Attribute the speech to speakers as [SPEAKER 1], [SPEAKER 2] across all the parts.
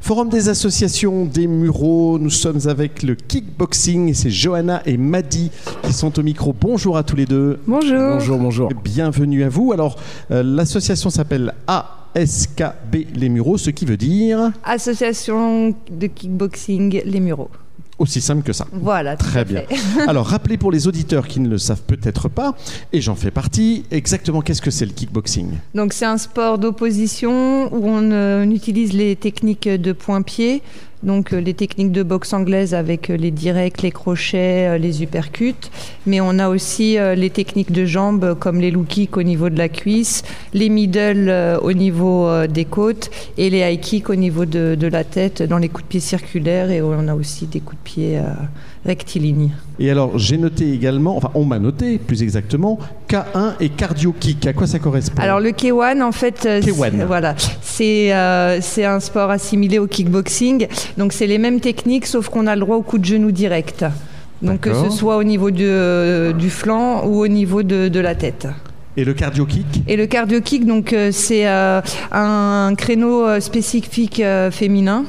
[SPEAKER 1] Forum des associations des Mureaux. Nous sommes avec le kickboxing et c'est Johanna et Madi qui sont au micro. Bonjour à tous les deux.
[SPEAKER 2] Bonjour.
[SPEAKER 3] Bonjour, bonjour.
[SPEAKER 1] Bienvenue à vous. Alors, euh, l'association s'appelle ASKB Les Mureaux, ce qui veut dire
[SPEAKER 2] Association de kickboxing Les Mureaux.
[SPEAKER 1] aussi simple que ça.
[SPEAKER 2] Voilà. tout
[SPEAKER 1] Très
[SPEAKER 2] à
[SPEAKER 1] bien.
[SPEAKER 2] fait.
[SPEAKER 1] Alors, rappelez pour les auditeurs qui ne le savent peut-être pas, et j'en fais partie, exactement qu'est-ce que c'est le kickboxing
[SPEAKER 2] Donc c'est un sport d'opposition où on, euh, on utilise les techniques de point-pied, donc euh, les techniques de boxe anglaise avec euh, les directs, les crochets, euh, les uppercuts, mais on a aussi euh, les techniques de jambes euh, comme les low kicks au niveau de la cuisse, les middle euh, au niveau euh, des côtes et les high kicks au niveau de, de la tête dans les coups de pied circulaires et on a aussi des coups de pied euh, rectilignes.
[SPEAKER 1] Et alors, j'ai noté également, enfin, on m'a noté plus exactement, K1 et cardio kick. À quoi ça correspond
[SPEAKER 2] Alors le K1 en fait, euh,
[SPEAKER 1] K1.
[SPEAKER 2] c'est- voilà, c'est euh, c'est un sport assimilé au kickboxing. Donc c'est les mêmes techniques sauf qu'on a le droit au coup de genou direct. Donc que ce
[SPEAKER 1] D'accord.
[SPEAKER 2] soit au niveau de, euh, du flanc ou au niveau de, de la tête.
[SPEAKER 1] Et le cardio kick
[SPEAKER 2] Et le cardio kick, donc euh, c'est euh, un créneau euh, spécifique euh, féminin.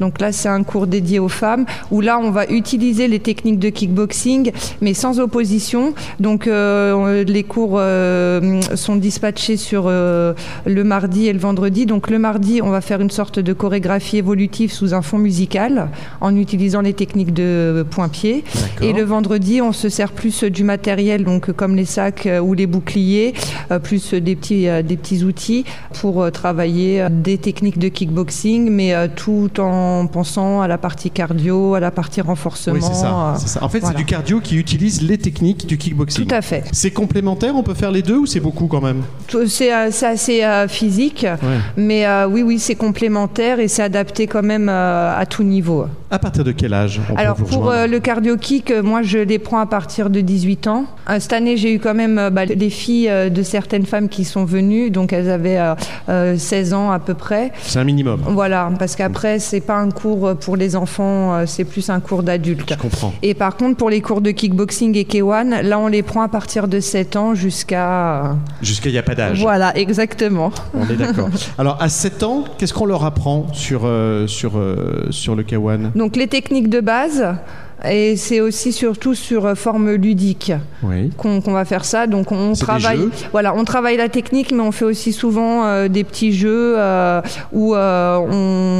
[SPEAKER 2] Donc là, c'est un cours dédié aux femmes où là, on va utiliser les techniques de kickboxing, mais sans opposition. Donc euh, on- les cours euh, sont dispatchés sur euh, le mardi et le vendredi. Donc le mardi, on va faire une sorte de chorégraphie évolutive sous un fond musical en utilisant les techniques de euh, point-pied. Et le vendredi, on se sert plus euh, du matériel, donc euh, comme les sacs euh, ou les boucliers, euh, plus euh, des petits, euh, des petits outils pour euh, travailler euh, des techniques de kickboxing, mais euh, tout en pensant à la partie cardio, à la partie renforcement.
[SPEAKER 1] Oui, c'est ça,
[SPEAKER 2] euh,
[SPEAKER 1] c'est ça. En fait,
[SPEAKER 2] voilà.
[SPEAKER 1] c'est du cardio qui utilise les techniques du kickboxing.
[SPEAKER 2] Tout à fait.
[SPEAKER 1] C'est complémentaire, on peut faire les deux ou c'est beaucoup quand même
[SPEAKER 2] Tout- C'est euh, c'est assez euh, physique, mais euh, oui, oui, c'est complémentaire et c'est adapté quand même euh, à tout niveau.
[SPEAKER 1] À partir de quel âge on
[SPEAKER 2] Alors
[SPEAKER 1] peut vous
[SPEAKER 2] pour
[SPEAKER 1] rejoindre
[SPEAKER 2] euh, le cardio kick, euh, moi je les prends à partir de 18 ans. Euh, cette année j'ai eu quand même euh, bah, les filles euh, de certaines femmes qui sont venues, donc elles avaient euh, euh, 16 ans à peu près.
[SPEAKER 1] C'est un minimum.
[SPEAKER 2] Voilà, parce qu'après c'est pas un cours euh, pour les enfants, euh, c'est plus un cours d'adultes.
[SPEAKER 1] Je comprends.
[SPEAKER 2] Et par contre pour les cours de kickboxing et K1, là on les prend à partir de 7 ans jusqu'à... euh,
[SPEAKER 1] Jusqu'à il n'y a pas d'âge.
[SPEAKER 2] Voilà, exactement.
[SPEAKER 1] On est d'accord. Alors, à 7 ans, qu'est-ce qu'on leur apprend sur, euh, sur, euh, sur le K1
[SPEAKER 2] Donc les techniques de base, et c'est aussi surtout sur euh, forme ludique.
[SPEAKER 1] Oui.
[SPEAKER 2] qu'on qu'on va faire ça. Donc on
[SPEAKER 1] C'est des
[SPEAKER 2] travaille,
[SPEAKER 1] jeux
[SPEAKER 2] voilà, on travaille la technique, mais on fait aussi souvent euh, des petits jeux euh, où euh,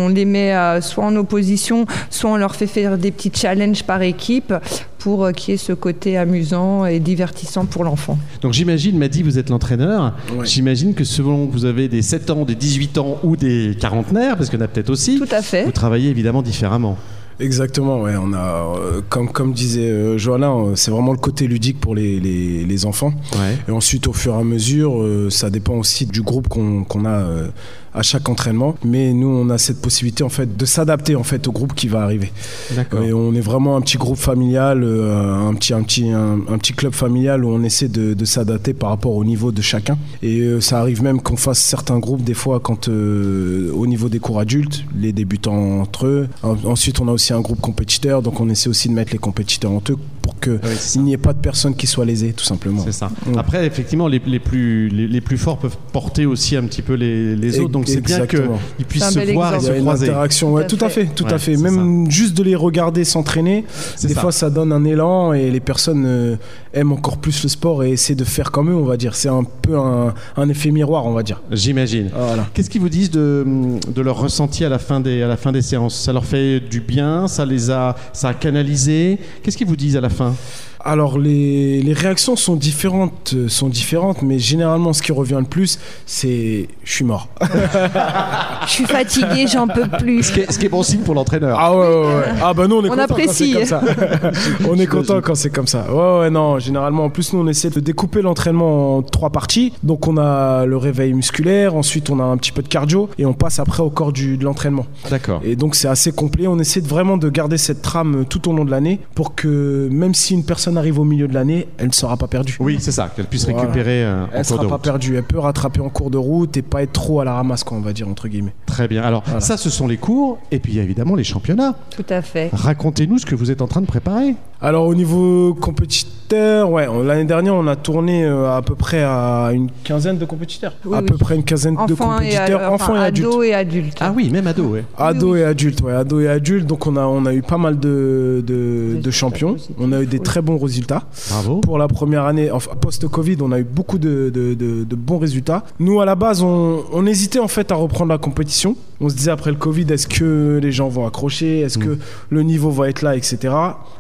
[SPEAKER 2] on les met euh, soit en opposition, soit on leur fait faire des petits challenges par équipe pour euh, qu'il y ait ce côté amusant et divertissant pour l'enfant.
[SPEAKER 1] Donc j'imagine, Madi, vous êtes l'entraîneur.
[SPEAKER 3] Ouais.
[SPEAKER 1] J'imagine que selon que vous avez des 7 ans, des 18 ans ou des quarantenaires, parce qu'il y en a peut-être aussi,
[SPEAKER 2] Tout à fait.
[SPEAKER 1] vous travaillez évidemment différemment.
[SPEAKER 3] Exactement, ouais. On a, euh, comme, comme disait euh, Johanna, euh, c'est vraiment le côté ludique pour les, les, les enfants.
[SPEAKER 1] Ouais.
[SPEAKER 3] Et ensuite, au fur et à mesure, euh, ça dépend aussi du groupe qu'on qu'on a euh, à chaque entraînement. Mais nous, on a cette possibilité en fait de s'adapter en fait au groupe qui va arriver.
[SPEAKER 1] D'accord.
[SPEAKER 3] Et on est vraiment un petit groupe familial, euh, un, petit, un, petit, un, un petit club familial où on essaie de, de s'adapter par rapport au niveau de chacun. Et euh, ça arrive même qu'on fasse certains groupes des fois quand euh, au niveau des cours adultes, les débutants entre eux. En- Ensuite, on a aussi un groupe compétiteur, donc on essaie aussi de mettre les compétiteurs entre eux pour que
[SPEAKER 1] Oui, c'est ça.
[SPEAKER 3] il n'y ait pas de personne qui soit lésée, tout simplement.
[SPEAKER 1] C'est ça.
[SPEAKER 3] Ouais.
[SPEAKER 1] Après, effectivement, les, les plus, les, les plus forts peuvent porter aussi un petit peu les, les autres. Donc c'est bien
[SPEAKER 3] Exactement.
[SPEAKER 1] qu'ils puissent
[SPEAKER 2] C'est un
[SPEAKER 1] se
[SPEAKER 2] bel
[SPEAKER 1] voir
[SPEAKER 3] Il
[SPEAKER 2] exemple.
[SPEAKER 3] y a
[SPEAKER 1] et se
[SPEAKER 3] une
[SPEAKER 1] croiser.
[SPEAKER 3] interaction, ouais, tout à fait, tout
[SPEAKER 1] Ouais,
[SPEAKER 3] à fait.
[SPEAKER 1] c'est
[SPEAKER 3] Même juste de les regarder s'entraîner,
[SPEAKER 1] C'est
[SPEAKER 3] des
[SPEAKER 1] ça.
[SPEAKER 3] fois ça donne un élan et les personnes euh, aiment encore plus le sport et essaient de faire comme eux, on va dire. C'est un peu un, un effet miroir, on va dire.
[SPEAKER 1] J'imagine.
[SPEAKER 3] Voilà.
[SPEAKER 1] Qu'est-ce qu'ils vous disent de, de leur ressenti à la, fin des, à la fin des séances Ça leur fait du bien Ça les a, ça a canalisé Qu'est-ce qu'ils vous disent à la fin
[SPEAKER 3] Alors les, les réactions sont différentes, euh, sont différentes, mais généralement ce qui revient le plus, c'est je suis mort.
[SPEAKER 1] Ah.
[SPEAKER 2] Je suis fatiguée, j'en peux
[SPEAKER 1] ce
[SPEAKER 2] plus.
[SPEAKER 1] qui, est, ce qui est bon signe pour l'entraîneur.
[SPEAKER 3] Ah ouais, ouais, ouais. Ah bah non, on est
[SPEAKER 2] On
[SPEAKER 3] content
[SPEAKER 2] apprécie.
[SPEAKER 3] quand c'est comme ça. on est
[SPEAKER 1] J'imagine.
[SPEAKER 3] content quand c'est comme ça. Ouais, ouais, non, généralement, en plus, nous, on essaie de découper l'entraînement en trois parties. Donc, on a le réveil musculaire, ensuite, on a un petit peu de cardio, et on passe après au corps du, de l'entraînement.
[SPEAKER 1] Ah, D'accord.
[SPEAKER 3] Et donc, c'est assez complet. On essaie de vraiment de garder cette trame tout au long de l'année pour que, même si une personne arrive au milieu de l'année, elle ne sera pas perdue.
[SPEAKER 1] Oui, c'est ça, qu'elle puisse
[SPEAKER 3] Voilà.
[SPEAKER 1] récupérer euh, en
[SPEAKER 3] Elle ne
[SPEAKER 1] cours
[SPEAKER 3] sera
[SPEAKER 1] de
[SPEAKER 3] pas
[SPEAKER 1] route.
[SPEAKER 3] perdue, elle peut rattraper en cours de route et pas être trop à la ramasse, quoi, on va dire, entre guillemets.
[SPEAKER 1] Très bien. Alors,
[SPEAKER 3] Voilà.
[SPEAKER 1] ça, ce sont les cours, et puis il y a évidemment les championnats.
[SPEAKER 2] Tout à fait.
[SPEAKER 1] Racontez-nous ce que vous êtes en train de préparer.
[SPEAKER 3] Alors au niveau compétitif, compétiteurs. Ouais, on- l'année dernière, on a tourné euh, à peu près à une quinzaine de compétiteurs.
[SPEAKER 2] Oui,
[SPEAKER 3] à
[SPEAKER 2] oui.
[SPEAKER 3] peu près une quinzaine de
[SPEAKER 2] Enfants et,
[SPEAKER 3] compétiteurs,
[SPEAKER 2] euh,
[SPEAKER 3] enfants
[SPEAKER 2] enfin,
[SPEAKER 3] et adultes.
[SPEAKER 2] ados et adultes.
[SPEAKER 1] Ah oui, même ado, ouais.
[SPEAKER 3] Ados
[SPEAKER 2] Oui,
[SPEAKER 3] et adultes, ouais, ados et adultes. Donc on a, on a eu pas mal de, de, de
[SPEAKER 2] Résultats
[SPEAKER 3] champions.
[SPEAKER 2] positifs,
[SPEAKER 3] On a eu des
[SPEAKER 2] oui.
[SPEAKER 3] très bons résultats.
[SPEAKER 1] Bravo.
[SPEAKER 3] Pour la première année, enfin post-Covid, on a eu beaucoup de, de- de- de bons résultats. Nous, à la base, on, on hésitait en fait à reprendre la compétition. On se disait après le Covid, est-ce que les gens vont accrocher
[SPEAKER 1] Mm.
[SPEAKER 3] Est-ce que le niveau va être là, etc.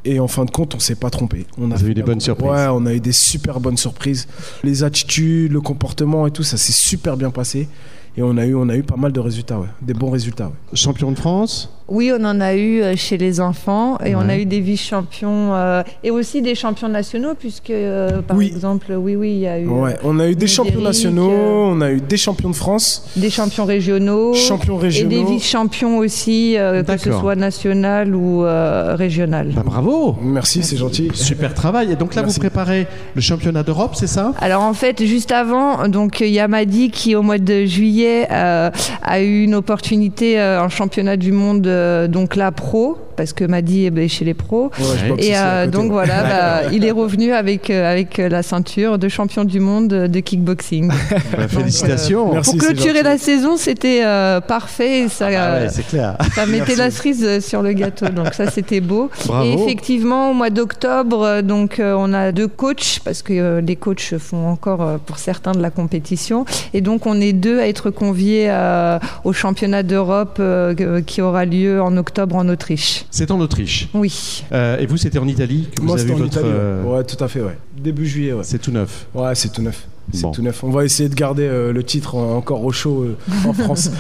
[SPEAKER 3] Et en fin de compte, on s'est pas trompé. On
[SPEAKER 1] Vous avez eu des bonnes surprises.
[SPEAKER 3] Ouais, on a eu des super bonnes surprises. Les attitudes, le comportement et tout, ça s'est super bien passé. Et on a eu, on a eu pas mal de résultats, ouais. des bons résultats. ouais.
[SPEAKER 1] Champion de France.
[SPEAKER 2] Oui, on en a eu euh, chez les enfants et on a
[SPEAKER 1] Ouais.
[SPEAKER 2] eu des vice-champions euh, et aussi des champions nationaux puisque, euh, par
[SPEAKER 3] Oui.
[SPEAKER 2] exemple, oui, oui, il y a eu euh,
[SPEAKER 3] Ouais, on a eu des
[SPEAKER 2] Médéric,
[SPEAKER 3] champions nationaux,
[SPEAKER 2] euh,
[SPEAKER 3] on a eu des champions de France,
[SPEAKER 2] des champions régionaux.
[SPEAKER 3] champions
[SPEAKER 2] et
[SPEAKER 3] régionaux.
[SPEAKER 2] des vice-champions aussi, euh, que ce
[SPEAKER 1] D'accord.
[SPEAKER 2] soit national ou euh, régional.
[SPEAKER 3] Ah.
[SPEAKER 1] Bah, bravo.
[SPEAKER 3] Merci, c'est gentil.
[SPEAKER 1] Super travail. Et donc là,
[SPEAKER 3] Merci.
[SPEAKER 1] vous préparez le championnat d'Europe, c'est ça
[SPEAKER 2] Alors en fait, juste avant, donc il y a Madi qui au mois de juillet euh, a eu une opportunité euh, en championnat du monde, euh, donc là pro, parce que Madi est ben, chez les pros.
[SPEAKER 3] Ouais, je
[SPEAKER 1] Et,
[SPEAKER 3] boxe
[SPEAKER 2] Et
[SPEAKER 3] ici à
[SPEAKER 2] euh,
[SPEAKER 3] côté,
[SPEAKER 2] donc
[SPEAKER 3] ouais.
[SPEAKER 2] voilà, bah, il est revenu avec, euh, avec euh, la ceinture de champion du monde euh, de kickboxing.
[SPEAKER 1] Bah, Félicitations.
[SPEAKER 3] Merci.
[SPEAKER 2] Pour
[SPEAKER 3] Ah, c'est
[SPEAKER 2] clôturer
[SPEAKER 3] gentil. bah
[SPEAKER 2] la saison, c'était euh, parfait. et Ça,
[SPEAKER 1] Ah ouais,
[SPEAKER 2] euh,
[SPEAKER 1] c'est clair.
[SPEAKER 2] ça mettait
[SPEAKER 3] Merci.
[SPEAKER 2] la cerise euh, sur le gâteau, donc ça c'était beau. Et
[SPEAKER 1] Bravo.
[SPEAKER 2] effectivement, au mois d'octobre, euh, donc euh, on a deux coachs parce que euh, les coachs font encore euh, pour certains de la compétition, et donc on est deux à être conviés euh, au championnat d'Europe euh, que- qui aura lieu en octobre en Autriche.
[SPEAKER 1] C'est en Autriche.
[SPEAKER 2] Oui.
[SPEAKER 1] Euh, et vous, c'était en Italie que vous
[SPEAKER 3] Moi,
[SPEAKER 1] avez
[SPEAKER 3] c'était en
[SPEAKER 1] votre.
[SPEAKER 3] Italie. ouais.
[SPEAKER 1] euh,
[SPEAKER 3] Ouais, tout à fait, ouais. Début juillet, ouais.
[SPEAKER 1] C'est tout neuf.
[SPEAKER 3] Ouais, c'est tout neuf. C'est
[SPEAKER 1] Bon.
[SPEAKER 3] tout neuf. On va essayer de garder euh, le titre euh, encore au chaud euh, en France.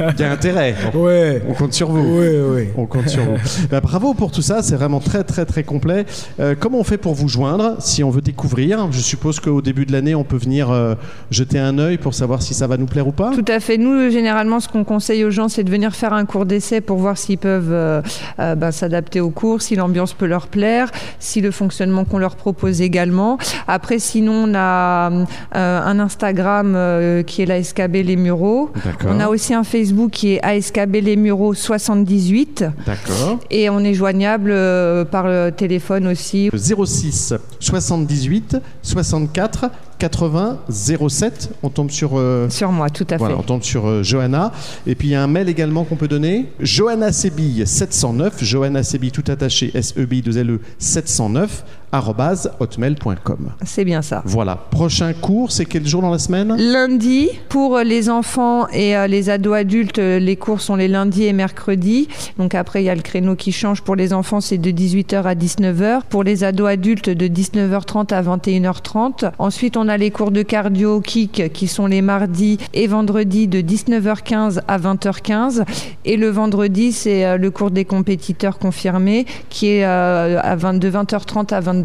[SPEAKER 1] Il y a intérêt.
[SPEAKER 3] ouais,
[SPEAKER 1] On compte sur vous.
[SPEAKER 3] ouais, ouais.
[SPEAKER 1] On compte sur vous. Bah, bravo pour tout ça, c'est vraiment très très très complet. Euh, comment on fait pour vous joindre si on veut découvrir Je suppose qu'au début de l'année, on peut venir euh, jeter un œil pour savoir si ça va nous plaire ou pas.
[SPEAKER 2] Tout à fait. Nous, généralement, ce qu'on conseille aux gens, c'est de venir faire un cours d'essai pour voir s'ils peuvent euh, euh, ben, s'adapter au cours, si l'ambiance peut leur plaire, si le fonctionnement qu'on leur propose également. Après, sinon, on a euh, un Instagram euh, qui est l'ASKB Les Mureaux.
[SPEAKER 1] D'accord.
[SPEAKER 2] On a aussi un Facebook qui est ASKB Les Mureaux 78
[SPEAKER 1] D'accord.
[SPEAKER 2] et on est joignable euh, par le téléphone aussi.
[SPEAKER 1] 06 78 64 80 07. On tombe sur. euh,
[SPEAKER 2] Sur moi, tout à
[SPEAKER 1] Voilà,
[SPEAKER 2] fait.
[SPEAKER 1] on tombe sur euh, Johanna. Et puis il y a un mail également qu'on peut donner. Johanna Sébille 709. Johanna Sébille tout attaché S E B I 2 L E 709 arobase hotmail.com.
[SPEAKER 2] C'est bien ça.
[SPEAKER 1] Voilà. Prochain cours, c'est quel jour dans la semaine
[SPEAKER 2] Lundi, pour euh, les enfants et euh, les ados adultes, euh, les cours sont les lundis et mercredis. Donc après, il y a le créneau qui change. Pour les enfants, c'est de 18h à 19h. Pour les ados adultes, de 19h30 à 21h30. Ensuite, on a les cours de cardio kick qui sont les mardis et vendredis de 19h15 à 20h15. Et le vendredi, c'est euh, le cours des compétiteurs confirmés qui est euh, à 20 de 20h30 à 22h.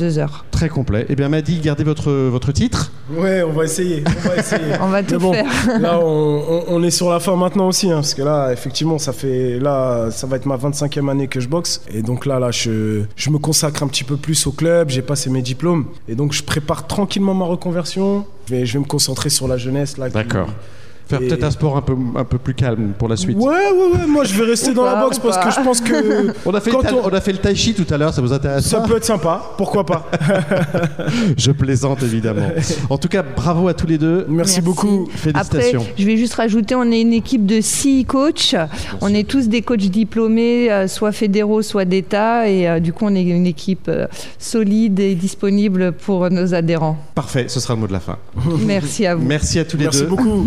[SPEAKER 1] Très complet. Eh bien, Maddy, gardez votre, votre titre.
[SPEAKER 3] Ouais, on va essayer. On va essayer.
[SPEAKER 2] On va tout
[SPEAKER 3] Mais bon,
[SPEAKER 2] faire.
[SPEAKER 3] là, on, on- on est sur la fin maintenant aussi, hein, parce que là, effectivement, ça fait là, ça va être ma 25e année que je boxe, et donc là, là, je, je me consacre un petit peu plus au club. J'ai passé mes diplômes, et donc je prépare tranquillement ma reconversion. Je vais, je vais me concentrer sur la jeunesse là. qui-
[SPEAKER 1] Faire
[SPEAKER 3] Et-
[SPEAKER 1] peut-être un sport un peu, un peu plus calme pour la
[SPEAKER 3] Ouais,
[SPEAKER 1] suite.
[SPEAKER 3] ouais, ouais. Moi, je vais rester
[SPEAKER 2] Ou
[SPEAKER 3] dans la
[SPEAKER 2] pas,
[SPEAKER 3] boxe
[SPEAKER 2] ou
[SPEAKER 3] parce
[SPEAKER 2] pas.
[SPEAKER 3] que je pense que
[SPEAKER 1] On a, fait le
[SPEAKER 3] Quand
[SPEAKER 1] ta-
[SPEAKER 3] on-
[SPEAKER 1] on a fait le tai chi tout à l'heure, ça vous intéresse
[SPEAKER 3] ça
[SPEAKER 1] pas
[SPEAKER 3] peut être sympa. Pourquoi pas
[SPEAKER 1] Je plaisante évidemment. en tout cas, bravo à tous les deux.
[SPEAKER 3] Merci beaucoup.
[SPEAKER 1] Félicitations.
[SPEAKER 2] Après, je vais juste rajouter, on est une équipe de six coachs. On est tous des coachs diplômés, euh, soit fédéraux, soit d'État. Et euh, du coup, on est une équipe euh, solide et disponible pour nos adhérents.
[SPEAKER 1] Parfait, ce sera le mot de la fin.
[SPEAKER 2] Merci à vous.
[SPEAKER 1] Merci à tous les
[SPEAKER 3] Merci
[SPEAKER 1] deux.
[SPEAKER 3] beaucoup.